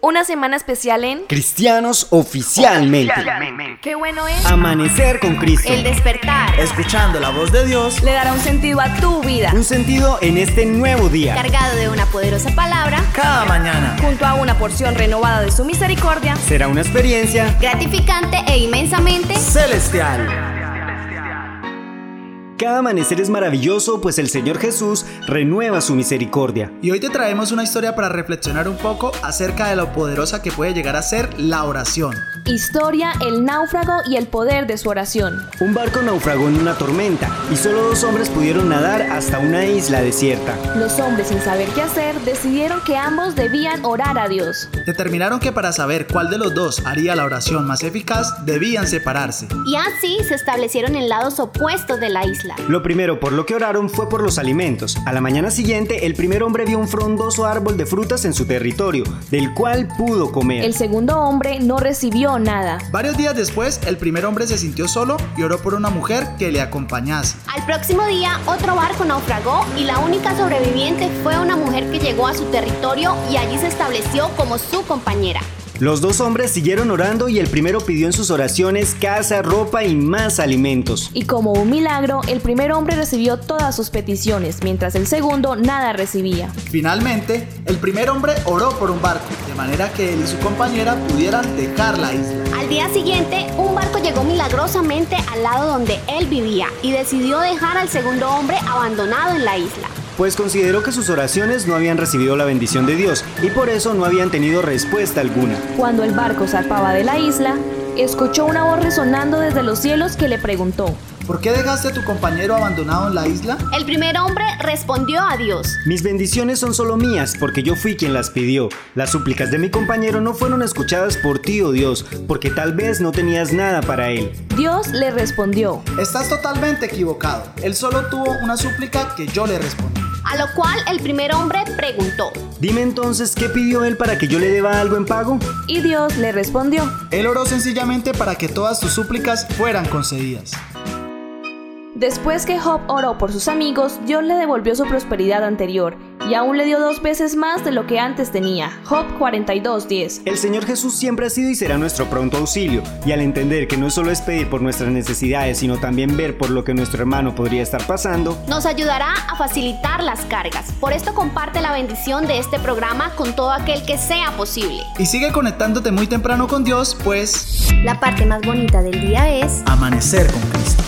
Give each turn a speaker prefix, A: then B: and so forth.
A: Una semana especial en
B: Cristianos oficialmente.
A: Qué bueno es
B: Amanecer con Cristo.
A: el despertar.
B: Escuchando la voz de Dios.
A: Le dará un sentido a tu vida.
B: Un sentido en este nuevo día.
A: Cargado de una poderosa palabra,
B: Cada mañana.
A: junto a una porción renovada de su misericordia,
B: Será una experiencia
A: gratificante e inmensamente.
B: celestial. Cada amanecer es maravilloso, pues el Señor Jesús renueva su misericordia.
C: Y hoy te traemos una historia para reflexionar un poco acerca de lo poderosa que puede llegar a ser la oración.
A: Historia, el náufrago y el poder de su oración.
B: Un barco naufragó en una tormenta y solo dos hombres pudieron nadar hasta una isla desierta.
A: Los hombres sin saber qué hacer decidieron que ambos debían orar a Dios.
C: Determinaron que para saber cuál de los dos haría la oración más eficaz, debían separarse.
D: Y así se establecieron en lados opuestos de la isla.
B: Lo primero por lo que oraron fue por los alimentos. A la mañana siguiente, el primer hombre vio un frondoso árbol de frutas en su territorio, del cual pudo comer.
A: El segundo hombre no recibió nada.
C: Varios días después, el primer hombre se sintió solo y oró por una mujer que le acompañase.
D: Al próximo día, otro barco naufragó y la única sobreviviente fue una mujer que llegó a su territorio y allí se estableció como su compañera.
B: Los dos hombres siguieron orando y el primero pidió en sus oraciones casa, ropa y más alimentos.
A: Y como un milagro, el primer hombre recibió todas sus peticiones, mientras el segundo nada recibía.
C: Finalmente, el primer hombre oró por un barco, de manera que él y su compañera pudieran dejar la isla.
D: Al día siguiente, un barco llegó milagrosamente al lado donde él vivía y decidió dejar al segundo hombre abandonado en la isla.
B: Pues consideró que sus oraciones no habían recibido la bendición de Dios y por eso no habían tenido respuesta alguna.
A: Cuando el barco zarpaba de la isla, escuchó una voz resonando desde los cielos que le preguntó,
C: ¿Por qué dejaste a tu compañero abandonado en la isla?
D: El primer hombre respondió a Dios.
B: Mis bendiciones son solo mías porque yo fui quien las pidió. Las súplicas de mi compañero no fueron escuchadas por ti, oh Dios, porque tal vez no tenías nada para él.
A: Dios le respondió,
C: Estás totalmente equivocado. Él solo tuvo una súplica que yo le respondí.
D: A lo cual el primer hombre preguntó.
B: Dime entonces qué pidió él para que yo le deba algo en pago.
A: y Dios le respondió.
C: Él oró sencillamente para que todas tus súplicas fueran concedidas.
A: Después que Job oró por sus amigos, Dios le devolvió su prosperidad anterior y aún le dio dos veces más de lo que antes tenía. Job 42:10.
B: El Señor Jesús siempre ha sido y será nuestro pronto auxilio, y al entender que no solo es pedir por nuestras necesidades, sino también ver por lo que nuestro hermano podría estar pasando,
D: Nos ayudará a facilitar las cargas. Por esto comparte la bendición de este programa con todo aquel que sea posible.
C: Y sigue conectándote muy temprano con Dios, pues
D: La parte más bonita del día es...
C: amanecer con Cristo.